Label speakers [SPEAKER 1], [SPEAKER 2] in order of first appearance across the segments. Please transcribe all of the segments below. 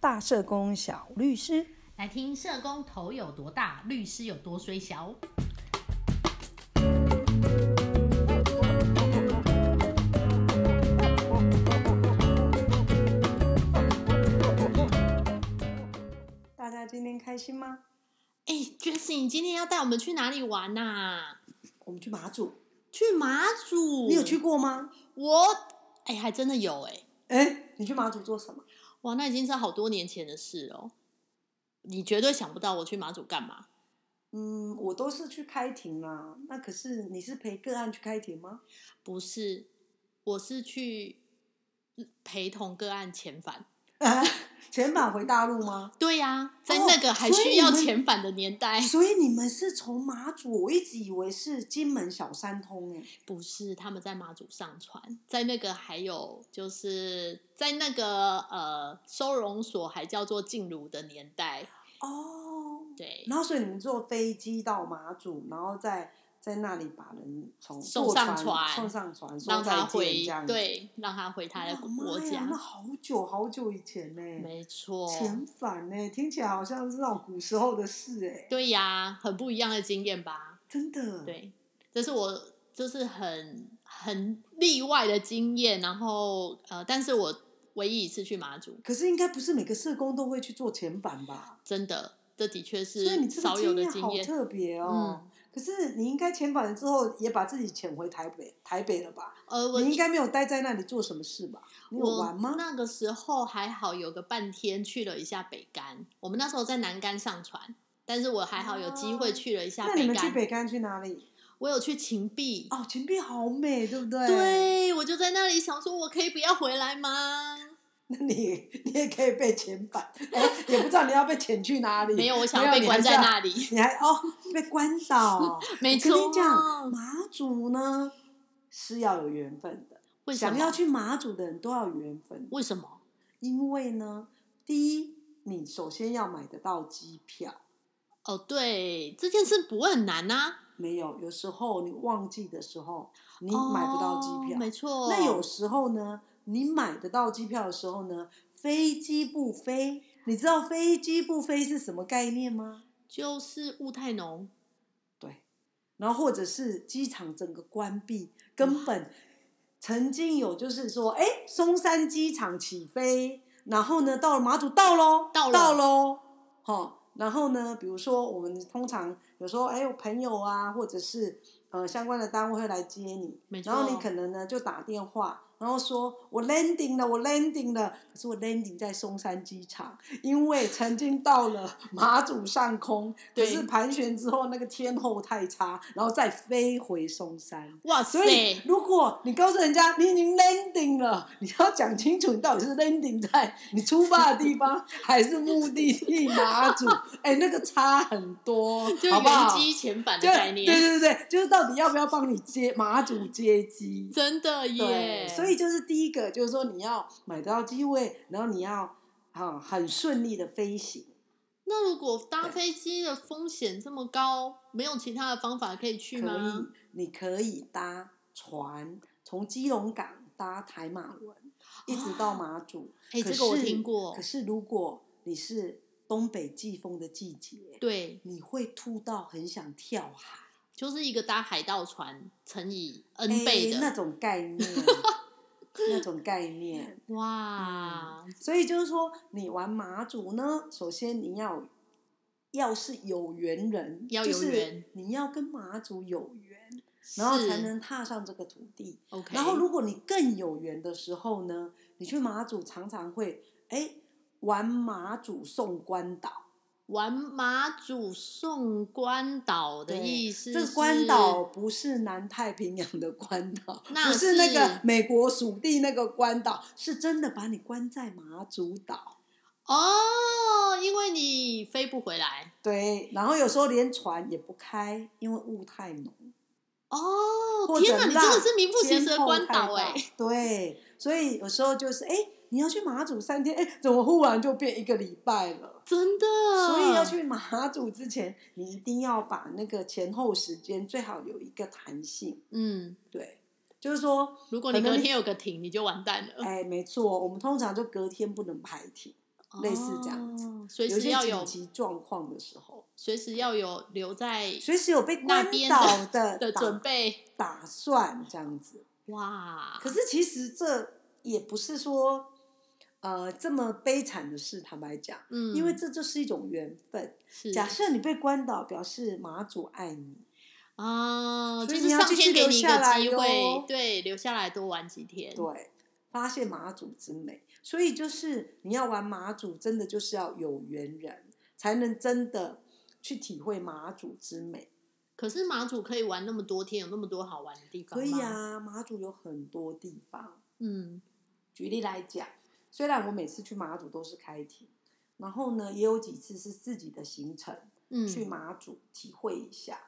[SPEAKER 1] 大社工小律师。
[SPEAKER 2] 来听社工头有多大，律师有多虽小。
[SPEAKER 1] 大家今天开心吗？
[SPEAKER 2] 哎，Jesse，你今天要带我们去哪里玩呐、
[SPEAKER 1] 我们去马祖，
[SPEAKER 2] 去马祖？
[SPEAKER 1] 你有去？过吗？
[SPEAKER 2] 我哎，还真的有哎。
[SPEAKER 1] 哎、你去马祖做什么？
[SPEAKER 2] 哇，那已经是好多年前的事哦。你绝对想不到我去马祖干嘛？
[SPEAKER 1] 嗯，我都是去开庭啦。那可是你是陪个案去开庭吗？
[SPEAKER 2] 不是，我是去陪同个案遣返。
[SPEAKER 1] 啊，遣返回大陆吗？
[SPEAKER 2] 对呀、在
[SPEAKER 1] 哦
[SPEAKER 2] 那个还
[SPEAKER 1] 所以
[SPEAKER 2] 需
[SPEAKER 1] 你
[SPEAKER 2] 要
[SPEAKER 1] 们
[SPEAKER 2] 遣返的年代，
[SPEAKER 1] 所以你们是从马祖，我一直以为是金门小三通哎、
[SPEAKER 2] 不是他们在马祖上船，在那个还有就是在那个呃收容所还叫做静茹的年代，
[SPEAKER 1] 哦，
[SPEAKER 2] 对，
[SPEAKER 1] 然后所以你们坐飞机到马祖，然后再在那里把人从
[SPEAKER 2] 送
[SPEAKER 1] 坐
[SPEAKER 2] 上
[SPEAKER 1] 船送
[SPEAKER 2] 船
[SPEAKER 1] 上船，
[SPEAKER 2] 让
[SPEAKER 1] 说再
[SPEAKER 2] 他
[SPEAKER 1] 见
[SPEAKER 2] 回
[SPEAKER 1] 这样子。
[SPEAKER 2] 对，让他回他的
[SPEAKER 1] 哇妈
[SPEAKER 2] 国
[SPEAKER 1] 呀
[SPEAKER 2] 家
[SPEAKER 1] 那，好久好久以前呢、
[SPEAKER 2] 没错，
[SPEAKER 1] 遣返呢、听起来好像是那种古时候的事哎、
[SPEAKER 2] 对呀、很不一样的经验吧？
[SPEAKER 1] 真的。，
[SPEAKER 2] 对，这是我就是很很例外的经验，然后呃，但是我唯一一次去马祖，
[SPEAKER 1] 可是应该不是每个社工都会去做遣返吧？
[SPEAKER 2] 真的，这的确
[SPEAKER 1] 所以你
[SPEAKER 2] 是
[SPEAKER 1] 这个
[SPEAKER 2] 少有
[SPEAKER 1] 经
[SPEAKER 2] 的
[SPEAKER 1] 验
[SPEAKER 2] 经
[SPEAKER 1] 好
[SPEAKER 2] 验。
[SPEAKER 1] 特别哦。
[SPEAKER 2] 嗯，
[SPEAKER 1] 可是你应该遣返了之后，也把自己遣回台北，台北了吧？
[SPEAKER 2] 呃，我
[SPEAKER 1] 你应该没有待在那里做什么事吧？你有
[SPEAKER 2] 我
[SPEAKER 1] 玩吗？
[SPEAKER 2] 那个时候还好，有个半天去了一下北干。我们那时候在南干上船，但是我还好有机
[SPEAKER 1] 哦
[SPEAKER 2] 会去了一下
[SPEAKER 1] 那你
[SPEAKER 2] 北
[SPEAKER 1] 们去
[SPEAKER 2] 干。
[SPEAKER 1] 北干去哪里？
[SPEAKER 2] 我有去秦壁，
[SPEAKER 1] 哦，秦壁好美，对不对？。
[SPEAKER 2] 对我就在那里想说，我可以不要回来吗？
[SPEAKER 1] 那你你也可以被遣返，哎，也不知道你要被遣去哪里。
[SPEAKER 2] 没有，我想
[SPEAKER 1] 没
[SPEAKER 2] 要
[SPEAKER 1] 有
[SPEAKER 2] 被
[SPEAKER 1] 你
[SPEAKER 2] 关
[SPEAKER 1] 还是
[SPEAKER 2] 在
[SPEAKER 1] 要
[SPEAKER 2] 那里。
[SPEAKER 1] 你还哦被关岛。
[SPEAKER 2] 没
[SPEAKER 1] 我跟
[SPEAKER 2] 错
[SPEAKER 1] 你，讲，马祖呢是要有缘分的，
[SPEAKER 2] 为什
[SPEAKER 1] 想
[SPEAKER 2] 么
[SPEAKER 1] 要？去马祖的人都要有缘分，
[SPEAKER 2] 为什么？
[SPEAKER 1] 因为呢，第一，你首先要买得到机票，
[SPEAKER 2] 哦，对，这件事不会很难啊呐、
[SPEAKER 1] 没有，有时候你忘记的时候，你买不到机票。
[SPEAKER 2] 哦没错。
[SPEAKER 1] 那有时候呢，你买得到机票的时候呢，飞机不飞，你知道飞机不飞是什么概念吗？
[SPEAKER 2] 就是雾太浓，
[SPEAKER 1] 对，然后或者是机场整个关闭，
[SPEAKER 2] 嗯
[SPEAKER 1] 根本曾经有就是说，哎，松山机场起飞，然后呢，到了马祖到喽，
[SPEAKER 2] 到了
[SPEAKER 1] 到喽，好、然后呢，比如说我们通常有时候，哎，有朋友啊，或者是呃相关的单位会来接你，
[SPEAKER 2] 没错。
[SPEAKER 1] 然后你可能呢就打电话，然后说我 landing 了，我 landing 了，可是我 landing 在松山机场，因为曾经到了马祖上空，可
[SPEAKER 2] 对
[SPEAKER 1] 是盘旋之后那个天候太差，然后再飞回松山。
[SPEAKER 2] 哇塞
[SPEAKER 1] 所，以，如果你告诉人家你已经 landing 了，你要讲清楚你到底是 landing 在你出发的地方，还是目的地马 祖？哎、那个差很多，
[SPEAKER 2] 就
[SPEAKER 1] 好不好
[SPEAKER 2] 原？机遣返的
[SPEAKER 1] 就
[SPEAKER 2] 概念，
[SPEAKER 1] 对对对对，就是到底要不要帮你接马祖接机？
[SPEAKER 2] 真的
[SPEAKER 1] 对，
[SPEAKER 2] 耶。
[SPEAKER 1] 所以就是第一个就是说你要买到机位，然后你要啊很顺利的飞行。
[SPEAKER 2] 那如果搭
[SPEAKER 1] 对
[SPEAKER 2] 飞机的风险这么高，没有其他的方法可以去
[SPEAKER 1] 可
[SPEAKER 2] 吗
[SPEAKER 1] 以？，你可以搭船从基隆港搭台马轮，一直到马祖。
[SPEAKER 2] 哎，
[SPEAKER 1] 可
[SPEAKER 2] 这个我
[SPEAKER 1] 是
[SPEAKER 2] 听过
[SPEAKER 1] 可，是如果你是东北季风的季节，
[SPEAKER 2] 对，
[SPEAKER 1] 你会吐到很想跳海。
[SPEAKER 2] 就是一个搭海盗船乘以
[SPEAKER 1] 哎
[SPEAKER 2] n 倍
[SPEAKER 1] 那
[SPEAKER 2] 的，
[SPEAKER 1] 种概念， 那种概念。
[SPEAKER 2] 哇，
[SPEAKER 1] 所以就是说，你玩马祖呢，首先你要要是有缘人，
[SPEAKER 2] 要有
[SPEAKER 1] 就
[SPEAKER 2] 缘
[SPEAKER 1] 是、你要跟马祖有缘，
[SPEAKER 2] 是
[SPEAKER 1] 然后才能踏上这个土地。
[SPEAKER 2] OK。
[SPEAKER 1] 然后如果你更有缘的时候呢，你去马祖常常会哎玩马祖送关岛。
[SPEAKER 2] 玩马祖送关岛的
[SPEAKER 1] 对
[SPEAKER 2] 意思是，
[SPEAKER 1] 这关岛不是南太平洋的关岛，
[SPEAKER 2] 那
[SPEAKER 1] 不是那个
[SPEAKER 2] 是
[SPEAKER 1] 美国属地那个关岛，是真的把你关在马祖岛。
[SPEAKER 2] 哦，因为你飞不回来
[SPEAKER 1] 对，然后有时候连船也不开，因为雾太浓。
[SPEAKER 2] 哦
[SPEAKER 1] 或。
[SPEAKER 2] 天
[SPEAKER 1] 者
[SPEAKER 2] 哪，你
[SPEAKER 1] 浪
[SPEAKER 2] 真的是名不
[SPEAKER 1] 天
[SPEAKER 2] 其实的
[SPEAKER 1] 后
[SPEAKER 2] 关
[SPEAKER 1] 太
[SPEAKER 2] 岛
[SPEAKER 1] 大
[SPEAKER 2] 哎、
[SPEAKER 1] 对，所以有时候就是哎，你要去马祖三天，哎，怎么忽然就变一个礼拜了？
[SPEAKER 2] 真的。
[SPEAKER 1] 所以
[SPEAKER 2] 嗯
[SPEAKER 1] 要去马祖之前，你一定要把那个前后时间最好有一个弹性。
[SPEAKER 2] 嗯，
[SPEAKER 1] 对，就是说
[SPEAKER 2] 如果
[SPEAKER 1] 可
[SPEAKER 2] 你
[SPEAKER 1] 能
[SPEAKER 2] 隔
[SPEAKER 1] 你
[SPEAKER 2] 天有个停，你就完蛋了。
[SPEAKER 1] 哎，没错，我们通常就隔天不能排停，类似这样子，
[SPEAKER 2] 哦随
[SPEAKER 1] 有一
[SPEAKER 2] 时
[SPEAKER 1] 些
[SPEAKER 2] 要
[SPEAKER 1] 紧
[SPEAKER 2] 有，
[SPEAKER 1] 急状况的时候，
[SPEAKER 2] 随时要有留在
[SPEAKER 1] 随时有被关
[SPEAKER 2] 那边
[SPEAKER 1] 岛
[SPEAKER 2] 的
[SPEAKER 1] 打
[SPEAKER 2] 准备。
[SPEAKER 1] 打算这样子。
[SPEAKER 2] 哇，
[SPEAKER 1] 可是其实这也不是说呃这么悲惨的事，坦白讲，
[SPEAKER 2] 嗯，
[SPEAKER 1] 因为这就是一种缘分。
[SPEAKER 2] 是
[SPEAKER 1] 假设你被关岛，表示马祖爱你，
[SPEAKER 2] 啊，
[SPEAKER 1] 所
[SPEAKER 2] 就
[SPEAKER 1] 以
[SPEAKER 2] 是
[SPEAKER 1] 你要
[SPEAKER 2] 上
[SPEAKER 1] 继续
[SPEAKER 2] 天给
[SPEAKER 1] 留
[SPEAKER 2] 你一
[SPEAKER 1] 下
[SPEAKER 2] 个
[SPEAKER 1] 来
[SPEAKER 2] 机
[SPEAKER 1] 哟
[SPEAKER 2] 会，对，留下来多玩几天。
[SPEAKER 1] 对，发现马祖之美。所以就是你要玩马祖，真的就是要有缘人，才能真的去体会马祖之美。
[SPEAKER 2] 可是马祖可以玩那么多天，有那么多好玩的地方。
[SPEAKER 1] 可以，啊，马祖有很多地方。
[SPEAKER 2] 嗯，
[SPEAKER 1] 举例来讲，虽然我每次去马祖都是开庭，然后呢，也有几次是自己的行程、
[SPEAKER 2] 嗯
[SPEAKER 1] 去马祖体会一下。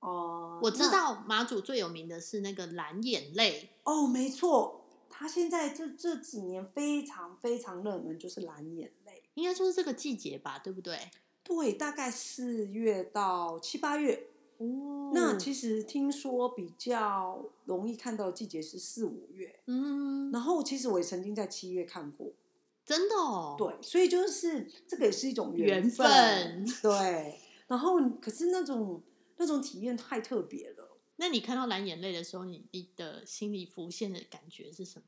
[SPEAKER 1] 哦、
[SPEAKER 2] 我知
[SPEAKER 1] 那
[SPEAKER 2] 道马祖最有名的是那个蓝眼泪，
[SPEAKER 1] 哦，没错，他现在这这几年非常非常热门，就是蓝眼泪。
[SPEAKER 2] 应该说是这个季节吧，对不对？
[SPEAKER 1] 对，大概四月到七八月。
[SPEAKER 2] 哦
[SPEAKER 1] 那其实听说比较容易看到的季节是四五月，
[SPEAKER 2] 嗯，
[SPEAKER 1] 然后其实我也曾经在七月看过。
[SPEAKER 2] 真的哦，，
[SPEAKER 1] 对，所以就是这个也是一种
[SPEAKER 2] 缘
[SPEAKER 1] 分。
[SPEAKER 2] 分。
[SPEAKER 1] 对，然后可是那种那种体验太特别了。
[SPEAKER 2] 那你看到蓝眼泪的时候，你你的心里浮现的感觉是什么？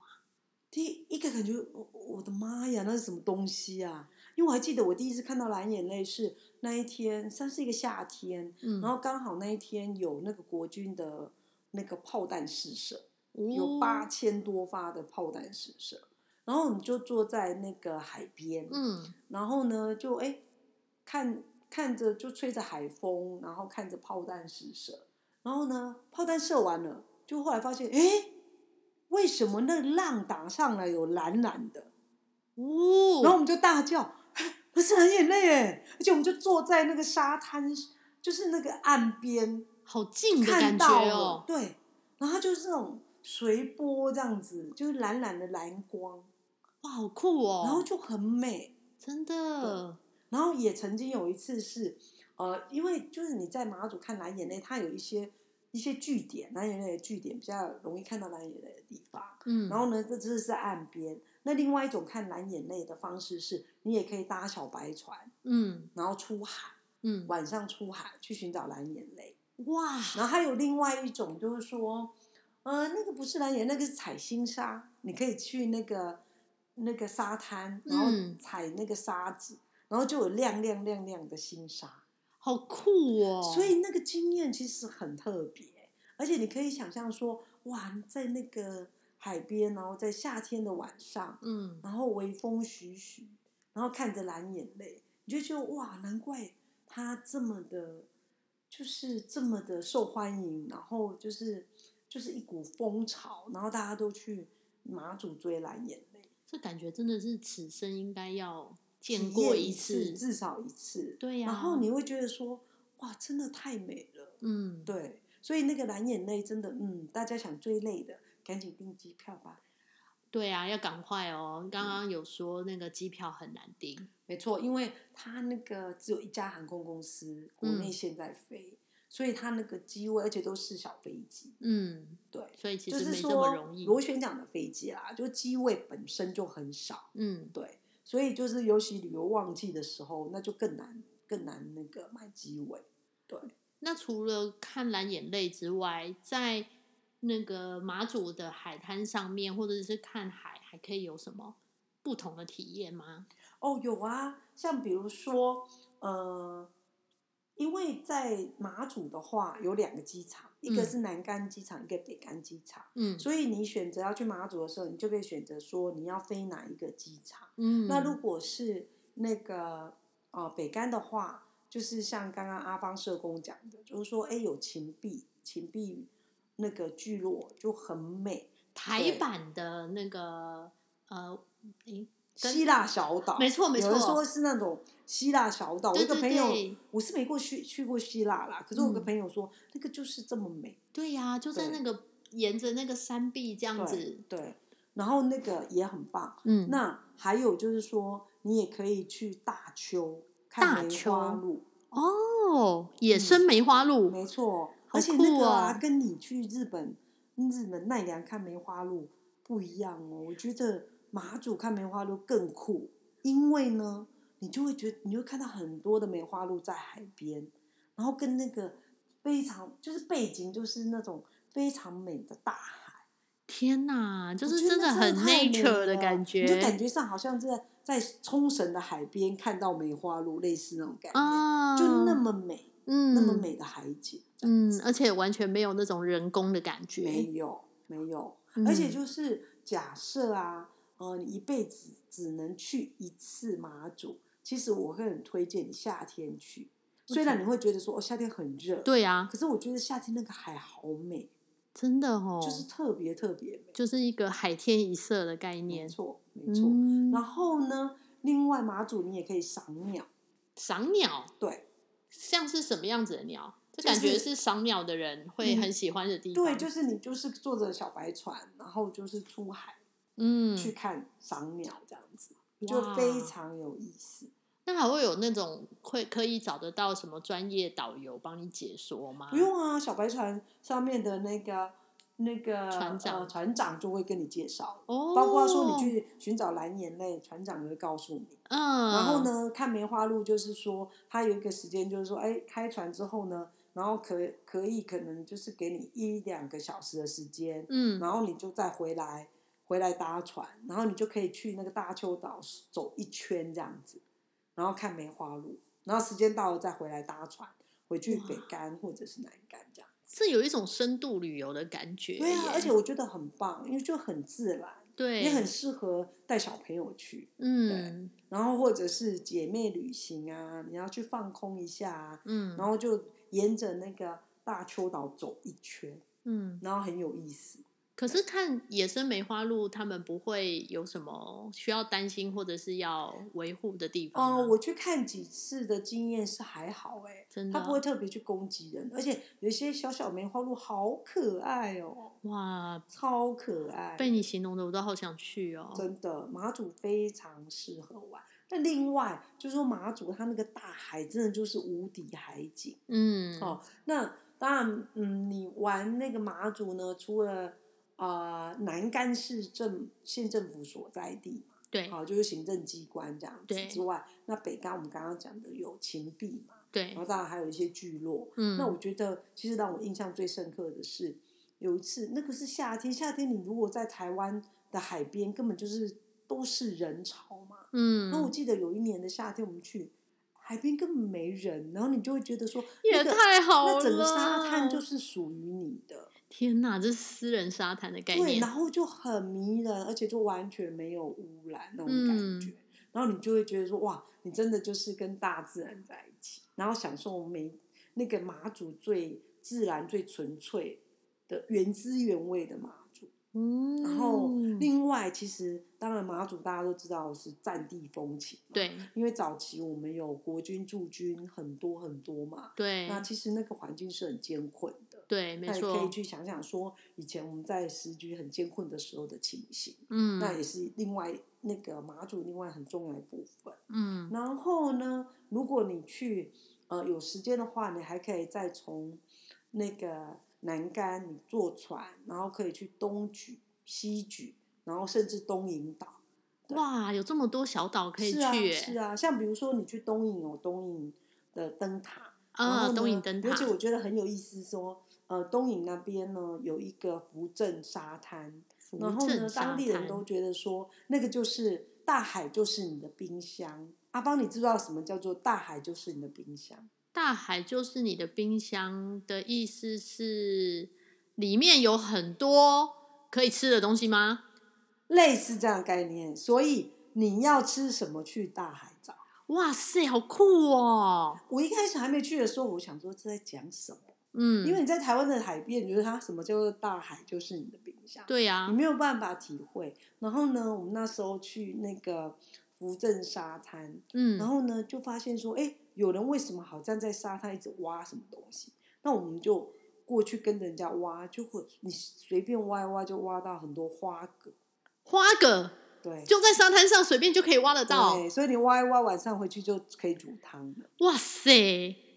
[SPEAKER 1] 第一个感觉，我我的妈呀，那是什么东西啊？因为我还记得我第一次看到蓝眼泪是那一天，算是一个夏天，
[SPEAKER 2] 嗯，
[SPEAKER 1] 然后刚好那一天有那个国军的那个炮弹试射，有
[SPEAKER 2] 有
[SPEAKER 1] 八，千多发的炮弹试射，然后我们就坐在那个海边，
[SPEAKER 2] 嗯
[SPEAKER 1] 然后呢就哎、看看着就吹着海风，然后看着炮弹试射，然后呢炮弹射完了，就后来发现哎、为什么那浪打上来有蓝蓝的？
[SPEAKER 2] 哦，
[SPEAKER 1] 然后我们就大叫，不是蓝眼泪哎！而且我们就坐在那个沙滩，就是那个岸边
[SPEAKER 2] 好近的
[SPEAKER 1] 看
[SPEAKER 2] 感觉
[SPEAKER 1] 到了，
[SPEAKER 2] 哦，
[SPEAKER 1] 对，然后它就是那种随波这样子，就是蓝蓝的蓝光，
[SPEAKER 2] 哇，好酷哦，
[SPEAKER 1] 然后就很美。
[SPEAKER 2] 真的，
[SPEAKER 1] 然后也曾经有一次是，呃，因为就是你在马祖看蓝眼泪，它有一些一些据点，蓝眼泪的据点比较容易看到蓝眼泪的地方。
[SPEAKER 2] 嗯，
[SPEAKER 1] 然后呢，这次是岸边。那另外一种看蓝眼泪的方式是，你也可以搭小白船，
[SPEAKER 2] 嗯
[SPEAKER 1] 然后出海，
[SPEAKER 2] 嗯，
[SPEAKER 1] 晚上出海去寻找蓝眼泪。
[SPEAKER 2] 哇，
[SPEAKER 1] 然后还有另外一种就是说，呃，那个不是蓝眼，那个是采星沙，你可以去那个那个沙滩，然后
[SPEAKER 2] 嗯
[SPEAKER 1] 采那个沙子，然后就有亮亮亮亮的星沙，
[SPEAKER 2] 好酷哦，
[SPEAKER 1] 所以那个经验其实很特别，而且你可以想象说，哇，你在那个海边，然后在夏天的晚上，
[SPEAKER 2] 嗯，
[SPEAKER 1] 然后微风徐徐，然后看着蓝眼泪，你就觉得哇，难怪他这么的，就是这么的受欢迎，然后就是就是一股风潮，然后大家都去马祖追蓝眼泪，
[SPEAKER 2] 这感觉真的是此生应该要
[SPEAKER 1] 体
[SPEAKER 2] 见
[SPEAKER 1] 验
[SPEAKER 2] 过
[SPEAKER 1] 一
[SPEAKER 2] 次，
[SPEAKER 1] 至少一次，
[SPEAKER 2] 对呀、
[SPEAKER 1] 然后你会觉得说，哇，真的太美了，
[SPEAKER 2] 嗯，
[SPEAKER 1] 对，所以那个蓝眼泪真的，嗯，大家想追泪的，赶紧订机票吧。
[SPEAKER 2] 对啊，要赶快哦！刚刚有说那个机票很难订，
[SPEAKER 1] 没错，因为它那个只有一家航空公司国内
[SPEAKER 2] 嗯
[SPEAKER 1] 现在飞，所以它那个机位，而且都是小飞机，
[SPEAKER 2] 嗯，
[SPEAKER 1] 对，
[SPEAKER 2] 所以其
[SPEAKER 1] 就
[SPEAKER 2] 实
[SPEAKER 1] 是
[SPEAKER 2] 没这么
[SPEAKER 1] 说
[SPEAKER 2] 容易，
[SPEAKER 1] 螺旋桨的飞机啦，就机位本身就很少，
[SPEAKER 2] 嗯，
[SPEAKER 1] 对，所以就是尤其旅游旺季的时候，那就更难更难那个买机位，对，
[SPEAKER 2] 那除了看蓝眼泪之外，在那个马祖的海滩上面，或者是看海，还可以有什么不同的体验吗？
[SPEAKER 1] 哦，有啊，像比如说，呃，因为在马祖的话有两个机场，一个
[SPEAKER 2] 嗯
[SPEAKER 1] 是南竿机场，一个北竿机场。
[SPEAKER 2] 嗯
[SPEAKER 1] 所以你选择要去马祖的时候，你就可以选择说你要飞哪一个机场。
[SPEAKER 2] 嗯，
[SPEAKER 1] 那如果是那个呃北干的话，就是像刚刚阿芳社工讲的，就是说，哎，有琴壁，琴壁那个聚落就很美，
[SPEAKER 2] 台
[SPEAKER 1] 对
[SPEAKER 2] 版的那个呃，诶，跟
[SPEAKER 1] 希腊小岛，
[SPEAKER 2] 没错没
[SPEAKER 1] 有人
[SPEAKER 2] 错
[SPEAKER 1] 说是那种希腊小岛。我
[SPEAKER 2] 对
[SPEAKER 1] 一个
[SPEAKER 2] 对
[SPEAKER 1] 朋友
[SPEAKER 2] 对，
[SPEAKER 1] 我是没过去去过希腊啦，可是我有个
[SPEAKER 2] 嗯
[SPEAKER 1] 朋友说，那个就是这么美，
[SPEAKER 2] 对呀、就在
[SPEAKER 1] 对
[SPEAKER 2] 那个沿着那个山壁这样
[SPEAKER 1] 对
[SPEAKER 2] 子，
[SPEAKER 1] 对，然后那个也很棒。
[SPEAKER 2] 嗯
[SPEAKER 1] 那还有就是说，你也可以去大邱
[SPEAKER 2] 大
[SPEAKER 1] 看梅花
[SPEAKER 2] 邱
[SPEAKER 1] 鹿，
[SPEAKER 2] 哦，野生梅花鹿，
[SPEAKER 1] 没错。
[SPEAKER 2] 好
[SPEAKER 1] 而且那
[SPEAKER 2] 酷
[SPEAKER 1] 个啊，
[SPEAKER 2] 哦
[SPEAKER 1] 跟你去日本日本奈良看梅花鹿不一样哦。我觉得马祖看梅花鹿更酷，因为呢，你就会觉得你会看到很多的梅花鹿在海边，然后跟那个非常就是背景就是那种非常美的大海。
[SPEAKER 2] 天哪，就
[SPEAKER 1] 我
[SPEAKER 2] 是
[SPEAKER 1] 觉得
[SPEAKER 2] 真的
[SPEAKER 1] 那
[SPEAKER 2] 很
[SPEAKER 1] 太美
[SPEAKER 2] nature
[SPEAKER 1] 了
[SPEAKER 2] 的感觉，
[SPEAKER 1] 你就感觉上好像在在冲绳的海边看到梅花鹿，类似那种感觉，
[SPEAKER 2] 啊，
[SPEAKER 1] 就那么美，
[SPEAKER 2] 嗯
[SPEAKER 1] 那么美的海景，这样
[SPEAKER 2] 嗯
[SPEAKER 1] 子，
[SPEAKER 2] 而且完全没有那种人工的感
[SPEAKER 1] 没
[SPEAKER 2] 觉，
[SPEAKER 1] 有没有，
[SPEAKER 2] 嗯
[SPEAKER 1] 而且就是假设啊，呃，你一辈子只能去一次马祖，其实我会很推荐你夏天去，虽然你会觉得说哦夏天很热，，
[SPEAKER 2] 对啊，
[SPEAKER 1] 可是我觉得夏天那个海好美，
[SPEAKER 2] 真的哦，
[SPEAKER 1] 就是特别特别美，
[SPEAKER 2] 就是一个海天一色的概
[SPEAKER 1] 没
[SPEAKER 2] 念，
[SPEAKER 1] 错没错。
[SPEAKER 2] 嗯，
[SPEAKER 1] 然后呢，另外马祖你也可以赏鸟，
[SPEAKER 2] 赏鸟
[SPEAKER 1] 对
[SPEAKER 2] 像是什么样子的鸟？这
[SPEAKER 1] 就是嗯
[SPEAKER 2] 感觉是赏鸟的人会很喜欢的地方，
[SPEAKER 1] 对，就是你就是坐着小白船，然后就是出海
[SPEAKER 2] 嗯，
[SPEAKER 1] 去看赏鸟这样子，
[SPEAKER 2] 哇
[SPEAKER 1] 就非常有意思。
[SPEAKER 2] 那还会有那种会可以找得到什么专业导游帮你解说吗？
[SPEAKER 1] 不用啊，小白船上面的那个那个
[SPEAKER 2] 船长
[SPEAKER 1] 呃、船长就会跟你介绍，
[SPEAKER 2] 哦，
[SPEAKER 1] 包括说你，去寻找蓝眼泪，船长也会告诉你。
[SPEAKER 2] 嗯，
[SPEAKER 1] 然后？呢，看梅花鹿就是说，它有一个时间，就是说，哎，开船之后呢，然后可可以可能就是给你一两个小时的时间，
[SPEAKER 2] 嗯，
[SPEAKER 1] 然后你就再回来，回来搭船，然后你就可以去那个大邱岛走一圈这样子，然后看梅花鹿，然后时间到了再回来搭船回去北
[SPEAKER 2] 哇
[SPEAKER 1] 干或者是南干这样。
[SPEAKER 2] 这有一种深度旅游的感觉。
[SPEAKER 1] 对啊，而且我觉得很棒，因为就很自然，
[SPEAKER 2] 对
[SPEAKER 1] 也很适合带小朋友去，
[SPEAKER 2] 嗯
[SPEAKER 1] 然后或者是姐妹旅行啊，你要去放空一下啊，然
[SPEAKER 2] 嗯
[SPEAKER 1] 后就沿着那个大邱岛走一圈，
[SPEAKER 2] 嗯。
[SPEAKER 1] 然后很有意思。
[SPEAKER 2] 可是看野生梅花鹿，它们不会有什么需要担心或者是要维护的地方吗。
[SPEAKER 1] 哦，我去看几次的经验是还好哎、
[SPEAKER 2] 真的啊
[SPEAKER 1] 它不会特别去攻击人，而且有一些小小梅花鹿好可爱哦，
[SPEAKER 2] 哇，
[SPEAKER 1] 超可爱，
[SPEAKER 2] 被你形容的我都好想去哦。
[SPEAKER 1] 真的马祖非常适合玩。那另外就是说马祖它那个大海真的就是无敌海景
[SPEAKER 2] 嗯，
[SPEAKER 1] 哦，那当然，嗯，你玩那个马祖呢，除了啊、呃南干市政县政府所在地嘛，
[SPEAKER 2] 对
[SPEAKER 1] 好、就是行政机关这样子
[SPEAKER 2] 对
[SPEAKER 1] 之外，那北干我们刚刚讲的有芹壁嘛，
[SPEAKER 2] 对
[SPEAKER 1] 然，后当然还有一些聚落。
[SPEAKER 2] 嗯，
[SPEAKER 1] 那我觉得其实让我印象最深刻的是有一次，那个是夏天，夏天你如果在台湾的海边，根本就是都是人潮嘛。
[SPEAKER 2] 嗯，
[SPEAKER 1] 那我记得有一年的夏天，我们去海边根本没人，然后你就会觉得说，
[SPEAKER 2] 也
[SPEAKER 1] 那个
[SPEAKER 2] 太好了，
[SPEAKER 1] 那整个沙滩就是属于你的，
[SPEAKER 2] 天哪，这是私人沙滩的概
[SPEAKER 1] 对，
[SPEAKER 2] 念
[SPEAKER 1] 然。后就很迷人，而且就完全没有污染那种
[SPEAKER 2] 嗯
[SPEAKER 1] 感觉，然后你就会觉得说，哇，你真的就是跟大自然在一起，然后享受每那个马祖最自然、最纯粹的原汁原味的马祖。
[SPEAKER 2] 嗯，
[SPEAKER 1] 然后另外，其实当然马祖大家都知道是战地风情，，
[SPEAKER 2] 对
[SPEAKER 1] 因为早期我们有国军驻军很多很多嘛，
[SPEAKER 2] 对
[SPEAKER 1] 那其实那个环境是很艰困的。
[SPEAKER 2] 对，没
[SPEAKER 1] 那也可以
[SPEAKER 2] 错，
[SPEAKER 1] 去想想说，以前我们在时局很艰困的时候的情形，
[SPEAKER 2] 嗯，
[SPEAKER 1] 那也是另外那个马祖另外很重要的部分。
[SPEAKER 2] 嗯
[SPEAKER 1] 然后呢，如果你去呃有时间的话，你还可以再从那个南竿你坐船，然后可以去东莒、西莒，然后甚至东引岛。对
[SPEAKER 2] 哇，有这么多小岛可以去
[SPEAKER 1] 是啊，
[SPEAKER 2] 耶，
[SPEAKER 1] 是啊，像比如说你去东引有东引的灯塔，然
[SPEAKER 2] 啊，
[SPEAKER 1] 后
[SPEAKER 2] 东
[SPEAKER 1] 呢
[SPEAKER 2] 引灯塔
[SPEAKER 1] 而且，我觉得很有意思说。呃，东引那边呢有一个福镇沙滩，
[SPEAKER 2] 福
[SPEAKER 1] 然后呢
[SPEAKER 2] 镇，沙
[SPEAKER 1] 当地人
[SPEAKER 2] 滩
[SPEAKER 1] 都觉得说那个就是大海就是你的冰箱。阿邦，你知道什么叫做大海就是你的冰箱？
[SPEAKER 2] 大海就是你的冰箱的意思是里面有很多可以吃的东西吗？
[SPEAKER 1] 类似这样的概念，所以你要吃什么去大海找。
[SPEAKER 2] 哇塞，好酷哦！
[SPEAKER 1] 我一开始还没去的时候，我想说这在讲什么，
[SPEAKER 2] 嗯，
[SPEAKER 1] 因为你在台湾的海边，你觉得它什么叫做大海就是你的冰箱。
[SPEAKER 2] 对呀、
[SPEAKER 1] 你没有办法体会。然后呢，我们那时候去那个福镇沙滩，
[SPEAKER 2] 嗯，
[SPEAKER 1] 然后呢就发现说，哎，有人为什么好像在沙滩一直挖什么东西？那我们就过去跟人家挖，就会你随便挖一挖就挖到很多花蛤，
[SPEAKER 2] 花蛤
[SPEAKER 1] 对，
[SPEAKER 2] 就在沙滩上随便就可以挖得到，
[SPEAKER 1] 对，所以你挖一挖，晚上回去就可以煮汤了，
[SPEAKER 2] 哇塞，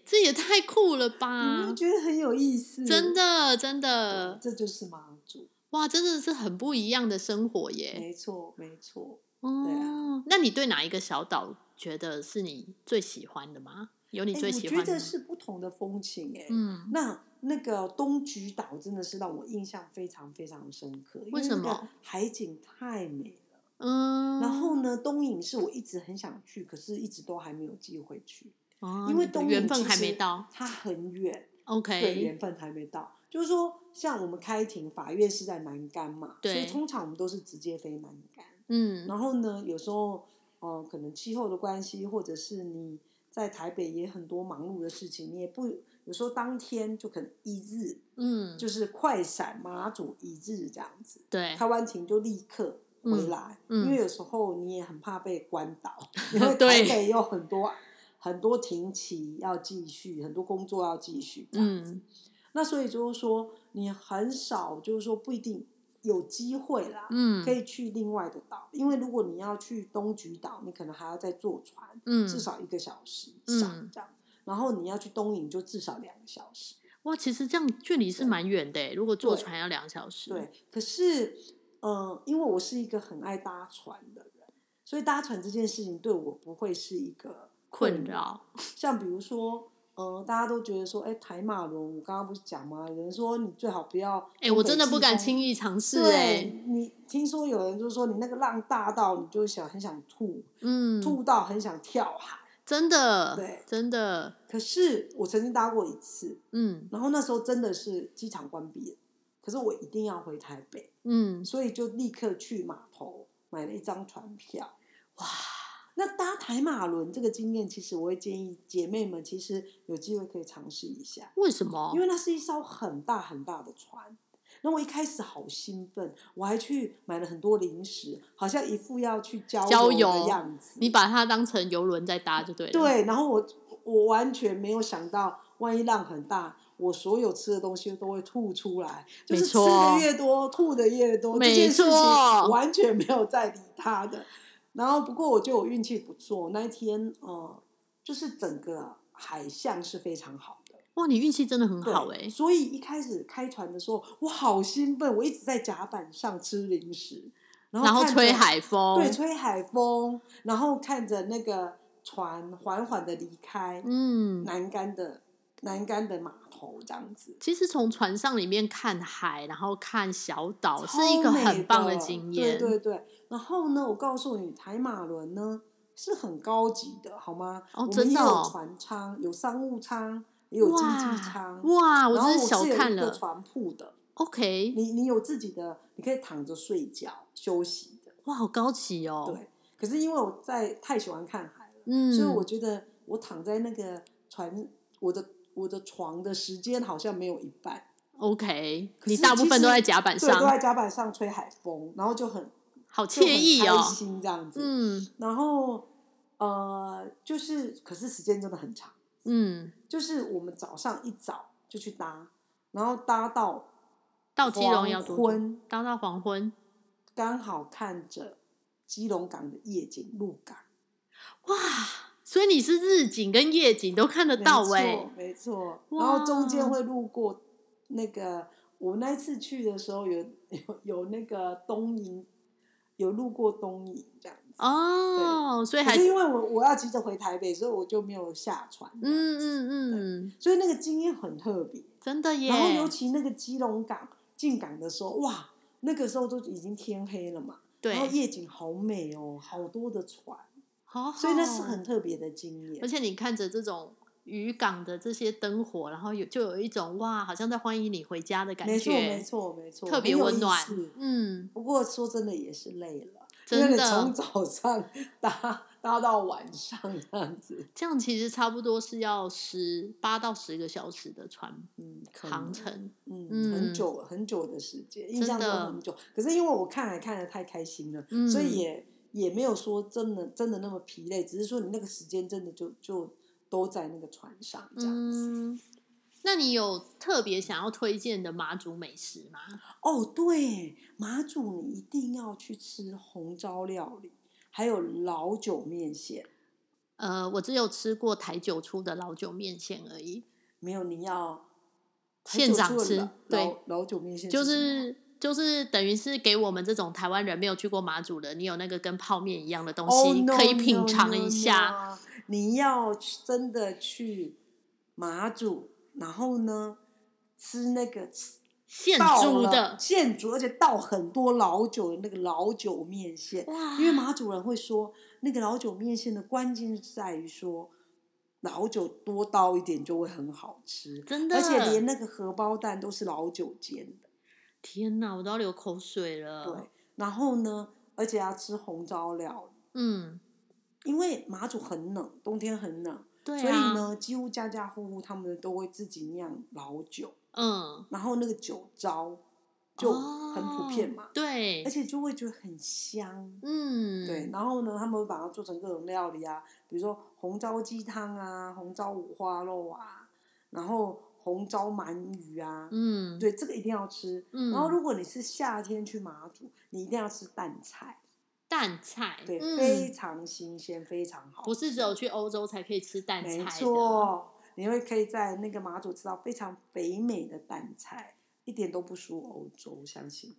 [SPEAKER 2] 这也太酷了
[SPEAKER 1] 你
[SPEAKER 2] 吧
[SPEAKER 1] 会！觉得很有意思，
[SPEAKER 2] 嗯真的，真
[SPEAKER 1] 对。
[SPEAKER 2] 的，
[SPEAKER 1] 这就是马祖，
[SPEAKER 2] 哇，真的是很不一样的生活耶！
[SPEAKER 1] 没错，没错。对啊
[SPEAKER 2] 哦，那你对哪一个小岛觉得是你最喜欢的吗？有你
[SPEAKER 1] 哎
[SPEAKER 2] 最
[SPEAKER 1] 我
[SPEAKER 2] 喜
[SPEAKER 1] 觉
[SPEAKER 2] 欢的
[SPEAKER 1] 得
[SPEAKER 2] 吗？
[SPEAKER 1] 是不同的风情哎、
[SPEAKER 2] 嗯，
[SPEAKER 1] 那那个东莒岛真的是让我印象非常非常深刻，因
[SPEAKER 2] 为什
[SPEAKER 1] 那个
[SPEAKER 2] 么
[SPEAKER 1] 海景太美了。
[SPEAKER 2] 嗯，
[SPEAKER 1] 然后呢，东引是我一直很想去，可是一直都还没有机会去，
[SPEAKER 2] 哦，
[SPEAKER 1] 因为
[SPEAKER 2] 你的
[SPEAKER 1] 东
[SPEAKER 2] 缘
[SPEAKER 1] 引
[SPEAKER 2] 分
[SPEAKER 1] 其
[SPEAKER 2] 还没
[SPEAKER 1] 实
[SPEAKER 2] 到哎
[SPEAKER 1] 它很远，对，
[SPEAKER 2] ，OK，
[SPEAKER 1] 缘分还没到。就是说，像我们开庭，法院是在南干嘛，所以
[SPEAKER 2] 对
[SPEAKER 1] 通常我们都是直接飞南干。
[SPEAKER 2] 嗯，
[SPEAKER 1] 然后呢，有时候，呃，可能气候的关系，或者是你在台北也很多忙碌的事情，你也不有时候当天就可能一日
[SPEAKER 2] 嗯，
[SPEAKER 1] 就是快闪马祖一日这样子，
[SPEAKER 2] 对，
[SPEAKER 1] 开完庭就立刻回来，
[SPEAKER 2] 嗯嗯
[SPEAKER 1] 因为有时候你也很怕被关岛，因为台
[SPEAKER 2] 对
[SPEAKER 1] 北有很多很多庭期要继续，很多工作要继续这样子。
[SPEAKER 2] 嗯
[SPEAKER 1] 那所以就是说，你很少就是说不一定有机会啦，
[SPEAKER 2] 嗯，
[SPEAKER 1] 可以去另外的岛，因为如果你要去东莒岛，你可能还要再坐船，
[SPEAKER 2] 嗯，
[SPEAKER 1] 至少一个小时以上
[SPEAKER 2] 嗯
[SPEAKER 1] 这样。然后你要去东引，就至少两个小时。
[SPEAKER 2] 哇，其实这样距离是
[SPEAKER 1] 对
[SPEAKER 2] 蛮远的耶，如果坐
[SPEAKER 1] 对
[SPEAKER 2] 船要两小时，
[SPEAKER 1] 对，，可是，呃，因为我是一个很爱搭船的人，所以搭船这件事情对我不会是一个
[SPEAKER 2] 困
[SPEAKER 1] 扰。
[SPEAKER 2] 扰，
[SPEAKER 1] 像比如说，呃，大家都觉得说，哎，台马轮，我刚刚不是讲吗？有人说你最好不要东北季
[SPEAKER 2] 哎，
[SPEAKER 1] 风，
[SPEAKER 2] 我真的不敢轻易尝试，哎，
[SPEAKER 1] 对你听说有人就说你那个浪大到你就想很想吐，
[SPEAKER 2] 嗯，
[SPEAKER 1] 吐到很想跳海。
[SPEAKER 2] 真的，
[SPEAKER 1] 对
[SPEAKER 2] 真的，
[SPEAKER 1] 可是我曾经搭过一次，
[SPEAKER 2] 嗯
[SPEAKER 1] 然后那时候真的是机场关闭了，可是我一定要回台北，
[SPEAKER 2] 嗯，
[SPEAKER 1] 所以就立刻去码头买了一张船票。哇，那搭台马轮这个经验，其实我会建议姐妹们，其实有机会可以尝试一下，
[SPEAKER 2] 为什么
[SPEAKER 1] 因？为那是一艘很大很大的船。那我一开始好兴奋，我还去买了很多零食，好像一副要去郊
[SPEAKER 2] 郊
[SPEAKER 1] 游的
[SPEAKER 2] 游
[SPEAKER 1] 样子。
[SPEAKER 2] 你把它当成游轮在搭就对了，，
[SPEAKER 1] 对，然后我我完全没有想到，万一浪很大，我所有吃的东西都会吐出来，就
[SPEAKER 2] 没
[SPEAKER 1] 是吃的
[SPEAKER 2] 错
[SPEAKER 1] 越多，吐的越多，这
[SPEAKER 2] 没
[SPEAKER 1] 件事情
[SPEAKER 2] 错
[SPEAKER 1] 完全没有在理他的。然后不过我觉得我运气不错，那一天呃，就是整个海象是非常好的。
[SPEAKER 2] 哇，你运气真的很
[SPEAKER 1] 对
[SPEAKER 2] 好哎，
[SPEAKER 1] 所以一开始开船的时候，我好兴奋，我一直在甲板上吃零食，然后
[SPEAKER 2] 然后
[SPEAKER 1] 看
[SPEAKER 2] 吹
[SPEAKER 1] 着
[SPEAKER 2] 海风，
[SPEAKER 1] 对，吹海风，然后看着那个船缓缓的离开
[SPEAKER 2] 嗯，
[SPEAKER 1] 南竿的南竿的码头，这样子
[SPEAKER 2] 其实从船上里面看海，然后看小岛，哦是一
[SPEAKER 1] 超
[SPEAKER 2] 个
[SPEAKER 1] 美
[SPEAKER 2] 很棒
[SPEAKER 1] 的
[SPEAKER 2] 经验，
[SPEAKER 1] 对对对，然后呢，我告诉你，台马轮呢是很高级的，好吗？
[SPEAKER 2] 哦
[SPEAKER 1] 我们
[SPEAKER 2] 真
[SPEAKER 1] 也
[SPEAKER 2] 的
[SPEAKER 1] 有
[SPEAKER 2] 哦
[SPEAKER 1] 船舱，有商务舱，也有经济
[SPEAKER 2] 哇
[SPEAKER 1] 舱。
[SPEAKER 2] 哇，
[SPEAKER 1] 然后
[SPEAKER 2] 真是
[SPEAKER 1] 我
[SPEAKER 2] 小
[SPEAKER 1] 是有
[SPEAKER 2] 看
[SPEAKER 1] 一个
[SPEAKER 2] 了
[SPEAKER 1] 船铺的，
[SPEAKER 2] ，OK，
[SPEAKER 1] 你你有自己的，你可以躺着睡觉休息的，
[SPEAKER 2] 哇，好高级哦，
[SPEAKER 1] 对。可是因为我在太喜欢看海了。
[SPEAKER 2] 嗯，
[SPEAKER 1] 所以我觉得我躺在那个船，我的我的床的时间好像没有一半，
[SPEAKER 2] OK，
[SPEAKER 1] 可
[SPEAKER 2] 你
[SPEAKER 1] 是
[SPEAKER 2] 大
[SPEAKER 1] 其
[SPEAKER 2] 部分都
[SPEAKER 1] 实
[SPEAKER 2] 在甲板
[SPEAKER 1] 对，都在
[SPEAKER 2] 上，
[SPEAKER 1] 甲板上吹海风，然后就很
[SPEAKER 2] 好
[SPEAKER 1] 就很
[SPEAKER 2] 惬意
[SPEAKER 1] 开
[SPEAKER 2] 哦。
[SPEAKER 1] 心这样子。
[SPEAKER 2] 嗯
[SPEAKER 1] 然后呃，就是可是时间真的很长，
[SPEAKER 2] 嗯，
[SPEAKER 1] 就是我们早上一早就去搭，然后搭到
[SPEAKER 2] 到基隆要多久？
[SPEAKER 1] 昏，
[SPEAKER 2] 搭到黄昏，
[SPEAKER 1] 刚好看着基隆港的夜景鹿港，
[SPEAKER 2] 哇！所以你是日景跟夜景都看得
[SPEAKER 1] 没
[SPEAKER 2] 到
[SPEAKER 1] 错
[SPEAKER 2] 哎、
[SPEAKER 1] 没错。然
[SPEAKER 2] 哇
[SPEAKER 1] 后中间会路过那个，我那一次去的时候有有有那个东营，有路过东营这样子。
[SPEAKER 2] 哦，所以
[SPEAKER 1] 可
[SPEAKER 2] 还
[SPEAKER 1] 是
[SPEAKER 2] 嗯
[SPEAKER 1] 因为我我要急着回台北，所以我就没有下船。，
[SPEAKER 2] 嗯嗯，
[SPEAKER 1] 所以那个经验很特别。
[SPEAKER 2] 真的耶
[SPEAKER 1] 然，后尤其那个基隆港进港的时候，哇，那个时候都已经天黑了嘛，然后
[SPEAKER 2] 对，哦
[SPEAKER 1] 夜景好美哦，好多的船，
[SPEAKER 2] 好好，
[SPEAKER 1] 所以那是很，特别的经
[SPEAKER 2] 而
[SPEAKER 1] 验。
[SPEAKER 2] 且你看着这种渔港的这些灯火，然后有就有一种哇，好像在欢迎你回家的感
[SPEAKER 1] 没错，没
[SPEAKER 2] 觉，
[SPEAKER 1] 错，没错，
[SPEAKER 2] 特别
[SPEAKER 1] 很有
[SPEAKER 2] 温
[SPEAKER 1] 意
[SPEAKER 2] 暖
[SPEAKER 1] 思，
[SPEAKER 2] 嗯，
[SPEAKER 1] 不过说真的也是累了，因为
[SPEAKER 2] 真
[SPEAKER 1] 你
[SPEAKER 2] 的
[SPEAKER 1] 从。早上 搭搭到晚上这样子，
[SPEAKER 2] 这样其实差不多是要十八到十个小时的船
[SPEAKER 1] 嗯，可能
[SPEAKER 2] 航，程。
[SPEAKER 1] 嗯，
[SPEAKER 2] 嗯
[SPEAKER 1] 很久很久的时间，印
[SPEAKER 2] 真
[SPEAKER 1] 象中
[SPEAKER 2] 的
[SPEAKER 1] 很久。可是因为我看来看的太开心了，所以
[SPEAKER 2] 嗯
[SPEAKER 1] 也也没有说真的真的那么疲累，只是说你那个时间真的就就都在那个船上这样子。
[SPEAKER 2] 嗯，那你有特别想要推荐的马祖美食吗？
[SPEAKER 1] 哦，对，马祖你一定要去吃红糟料理，还有老酒面线。
[SPEAKER 2] 呃，我只有吃过台九出的老酒面线而已，
[SPEAKER 1] 没有，你要
[SPEAKER 2] 现场吃
[SPEAKER 1] 老
[SPEAKER 2] 对
[SPEAKER 1] 老老酒面线
[SPEAKER 2] 就
[SPEAKER 1] 什么
[SPEAKER 2] 是就是等于是给我们这种台湾人没有去过马祖的，你有那个跟泡面一样的东西、
[SPEAKER 1] 哦 no，
[SPEAKER 2] 可以品
[SPEAKER 1] no，
[SPEAKER 2] 尝
[SPEAKER 1] no，
[SPEAKER 2] 一下。
[SPEAKER 1] no 你要去真的去马祖，然后呢，吃那个
[SPEAKER 2] 现
[SPEAKER 1] 倒
[SPEAKER 2] 煮
[SPEAKER 1] 了
[SPEAKER 2] 的，
[SPEAKER 1] 现煮，而且倒很多老酒的那个老酒面线。
[SPEAKER 2] 哇
[SPEAKER 1] 因为马主人会说，那个老酒面线的关键是在于说，老酒多倒一点就会很好吃，
[SPEAKER 2] 真的，
[SPEAKER 1] 而且连那个荷包蛋都是老酒煎的。
[SPEAKER 2] 天哪，我都要流口水了。
[SPEAKER 1] 对，，然后呢，而且要吃红糟料理，
[SPEAKER 2] 嗯，
[SPEAKER 1] 因为马祖很冷，冬天很冷，
[SPEAKER 2] 对啊，
[SPEAKER 1] 所以呢，几乎家家户户他们都会自己酿老酒，
[SPEAKER 2] 嗯，
[SPEAKER 1] 然后那个酒糟就很普遍嘛
[SPEAKER 2] 哦，对
[SPEAKER 1] 而，且就会觉得很香。
[SPEAKER 2] 嗯，
[SPEAKER 1] 对，，然后呢，他们会把它做成各种料理啊，比如说红糟鸡汤啊、红糟五花肉啊，然后红糟鳗鱼啊，
[SPEAKER 2] 嗯，，
[SPEAKER 1] 对，这个一定要吃。
[SPEAKER 2] 嗯，
[SPEAKER 1] 然后如果你是夏天去马祖，你一定要吃蛋菜，
[SPEAKER 2] 蛋菜，
[SPEAKER 1] 对，
[SPEAKER 2] 嗯、
[SPEAKER 1] 非常新鲜，非常好吃。
[SPEAKER 2] 不是只有去欧洲才可以吃蛋菜的，
[SPEAKER 1] 没错，你会可以在那个马祖吃到非常肥美的蛋菜，一点都不输欧洲，相信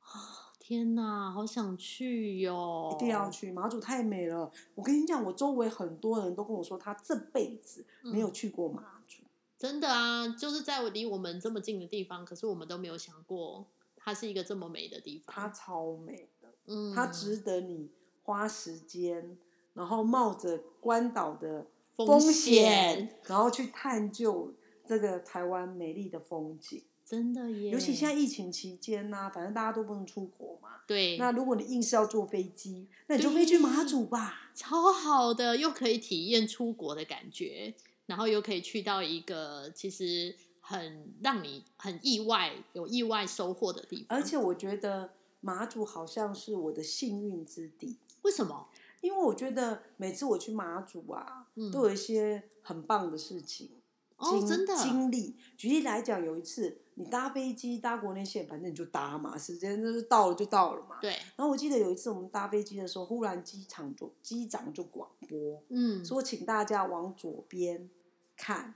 [SPEAKER 1] 我
[SPEAKER 2] 天哪，好想去哟、
[SPEAKER 1] 一定
[SPEAKER 2] 哦
[SPEAKER 1] 要去马祖太美了。我跟你讲，我周围很多人都跟我说，他这辈子没有
[SPEAKER 2] 嗯
[SPEAKER 1] 去过马祖。
[SPEAKER 2] 真的啊，就是在我离我们这么近的地方，可是我们都没有想过它是一个这么美的地
[SPEAKER 1] 它
[SPEAKER 2] 方。
[SPEAKER 1] 超美的，
[SPEAKER 2] 嗯，
[SPEAKER 1] 它值得你花时间，然后冒着关岛的
[SPEAKER 2] 风
[SPEAKER 1] 险，然后去探究这个台湾美丽的风景。
[SPEAKER 2] 真的耶，
[SPEAKER 1] 尤其现在疫情期间呐、反正大家都不能出国嘛。
[SPEAKER 2] 对，
[SPEAKER 1] 那如果你硬是要坐飞机，那你就
[SPEAKER 2] 对
[SPEAKER 1] 飞去马祖吧。
[SPEAKER 2] 超好的，又可以体验出国的感觉，然后又可以去到一个其实很让你很意外、有意外收获的地方。
[SPEAKER 1] 而且我觉得马祖好像是我的幸运之地，
[SPEAKER 2] 为什么？
[SPEAKER 1] 因为我觉得每次我去马祖啊，
[SPEAKER 2] 嗯，
[SPEAKER 1] 都有一些很棒的事情。
[SPEAKER 2] 哦，
[SPEAKER 1] 经
[SPEAKER 2] 真的，
[SPEAKER 1] 经历。举例来讲，有一次你搭飞机搭国内线，反正你就搭嘛，时间就是到了就到了嘛。
[SPEAKER 2] 对，
[SPEAKER 1] 然后我记得有一次我们搭飞机的时候，忽然机场就机长就广播
[SPEAKER 2] 嗯，
[SPEAKER 1] 说，请大家往左边看。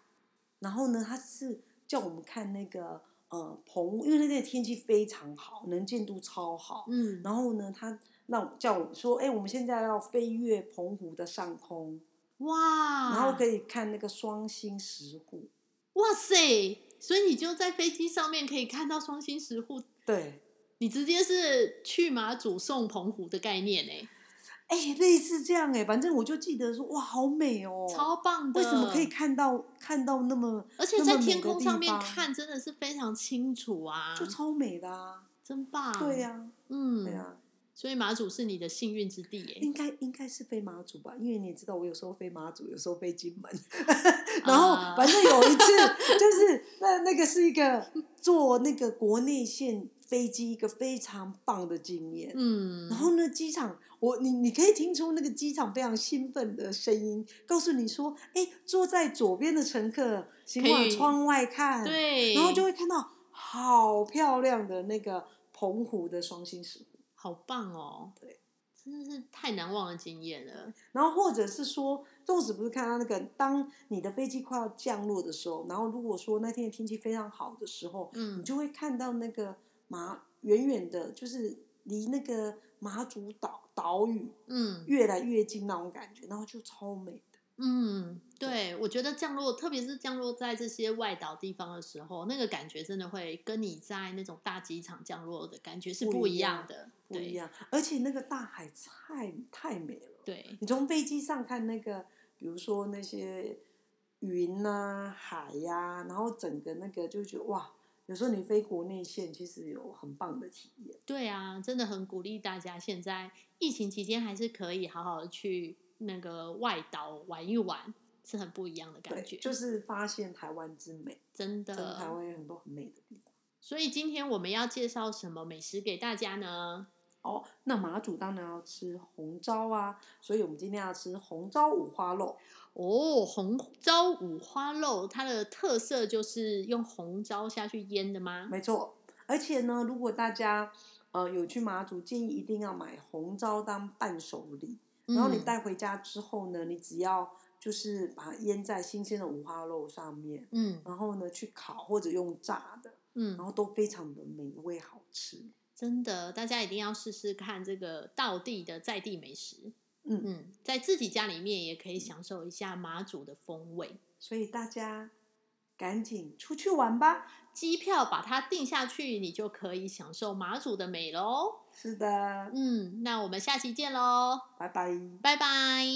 [SPEAKER 1] 然后呢，他是叫我们看那个呃棚屋，因为那天天气非常好，能见度超好。
[SPEAKER 2] 嗯，
[SPEAKER 1] 然后呢，他让我叫我说，哎、我们现在要飞越澎湖的上空，
[SPEAKER 2] 哇，
[SPEAKER 1] 然后可以看那个双星石湖。
[SPEAKER 2] 哇塞，所以你就在飞机上面可以看到双星石户，
[SPEAKER 1] 对，
[SPEAKER 2] 你直接是去马祖送澎湖的概念哎，
[SPEAKER 1] 哎、类似这样哎、反正我就记得说，哇，好美哦、
[SPEAKER 2] 超棒的。
[SPEAKER 1] 为什么可以？看到看到那么
[SPEAKER 2] 而且
[SPEAKER 1] 那
[SPEAKER 2] 在
[SPEAKER 1] 么美
[SPEAKER 2] 天
[SPEAKER 1] 的
[SPEAKER 2] 空
[SPEAKER 1] 地
[SPEAKER 2] 上面
[SPEAKER 1] 方
[SPEAKER 2] 看真的是非常清楚啊，
[SPEAKER 1] 就超美的啊？
[SPEAKER 2] 真棒。
[SPEAKER 1] 对呀、
[SPEAKER 2] 嗯，
[SPEAKER 1] 对呀、
[SPEAKER 2] 所以马祖是你的幸运之地耶。
[SPEAKER 1] 应该应该是飞马祖吧，因为你也知道，我有时候飞马祖，有时候飞金 门，然后
[SPEAKER 2] 啊
[SPEAKER 1] 反正有一次就是那那个是一个坐那个国内线飞机一个非常棒的经验。
[SPEAKER 2] 嗯，
[SPEAKER 1] 然后呢，机场我你你可以听出那个机场非常兴奋的声音，告诉你说，哎，坐在左边的乘客，请
[SPEAKER 2] 可
[SPEAKER 1] 往
[SPEAKER 2] 以
[SPEAKER 1] 窗外看，，
[SPEAKER 2] 对，
[SPEAKER 1] 然后就会看到好漂亮的那个澎湖的双星石湖，
[SPEAKER 2] 好棒哦，
[SPEAKER 1] 对，
[SPEAKER 2] 真的是太难忘的经验了。
[SPEAKER 1] 然后或者是说，粽子不是看到那个，当你的飞机快要降落的时候，然后如果说那天的天气非常好的时候，你
[SPEAKER 2] 嗯，
[SPEAKER 1] 就会看到那个马远远的，就是离那个马祖岛岛屿
[SPEAKER 2] 嗯
[SPEAKER 1] 越来越近那种感觉，然后就超美的。
[SPEAKER 2] 嗯，对，我觉得降落，特别是降落在这些外岛地方的时候，那个感觉真的会跟你在那种大机场降落的感觉是
[SPEAKER 1] 不
[SPEAKER 2] 不
[SPEAKER 1] 一
[SPEAKER 2] 一
[SPEAKER 1] 样
[SPEAKER 2] 的，
[SPEAKER 1] 不一样，而且那个大海太太美了。
[SPEAKER 2] 对。对，
[SPEAKER 1] 你从飞机上看那个，比如说那些云呐、海呀、然后整个那个就觉得哇，有时候你飞国内线其实有很棒的体验。
[SPEAKER 2] 对啊，真的很鼓励大家，现在疫情期间还是可以好好的去那个外岛玩一玩，是很不一样的
[SPEAKER 1] 对
[SPEAKER 2] 感觉，，
[SPEAKER 1] 就是发现台湾之美，
[SPEAKER 2] 真的。
[SPEAKER 1] 真的台湾有很多很美的地方。
[SPEAKER 2] 所以今天我们要介绍什么美食给大家呢？
[SPEAKER 1] 哦，那马祖当然要吃红糟啊，所以我们今天要吃红糟五花肉。
[SPEAKER 2] 哦，红糟五花肉，它的特色就是用红糟下去腌的吗？
[SPEAKER 1] 没错，而且呢，如果大家呃有去马祖，建议一定要买红糟当伴手礼，然后你
[SPEAKER 2] 嗯
[SPEAKER 1] 带回家之后呢，你只要就是把它腌在新鲜的五花肉上面，
[SPEAKER 2] 嗯
[SPEAKER 1] 然后呢去烤或者用炸的，
[SPEAKER 2] 嗯
[SPEAKER 1] 然
[SPEAKER 2] 嗯，
[SPEAKER 1] 后都非常的美味好吃。
[SPEAKER 2] 真的，大家一定要试试看这个道地的在地美食。
[SPEAKER 1] 嗯
[SPEAKER 2] 嗯，在自己家里面也可以享受一下马祖的风味。
[SPEAKER 1] 所以大家赶紧出去玩吧。
[SPEAKER 2] 机票把它定下去，你就可以享受马祖的美喽。
[SPEAKER 1] 是的，
[SPEAKER 2] 嗯，那我们下期见喽，
[SPEAKER 1] 拜拜。
[SPEAKER 2] 拜拜。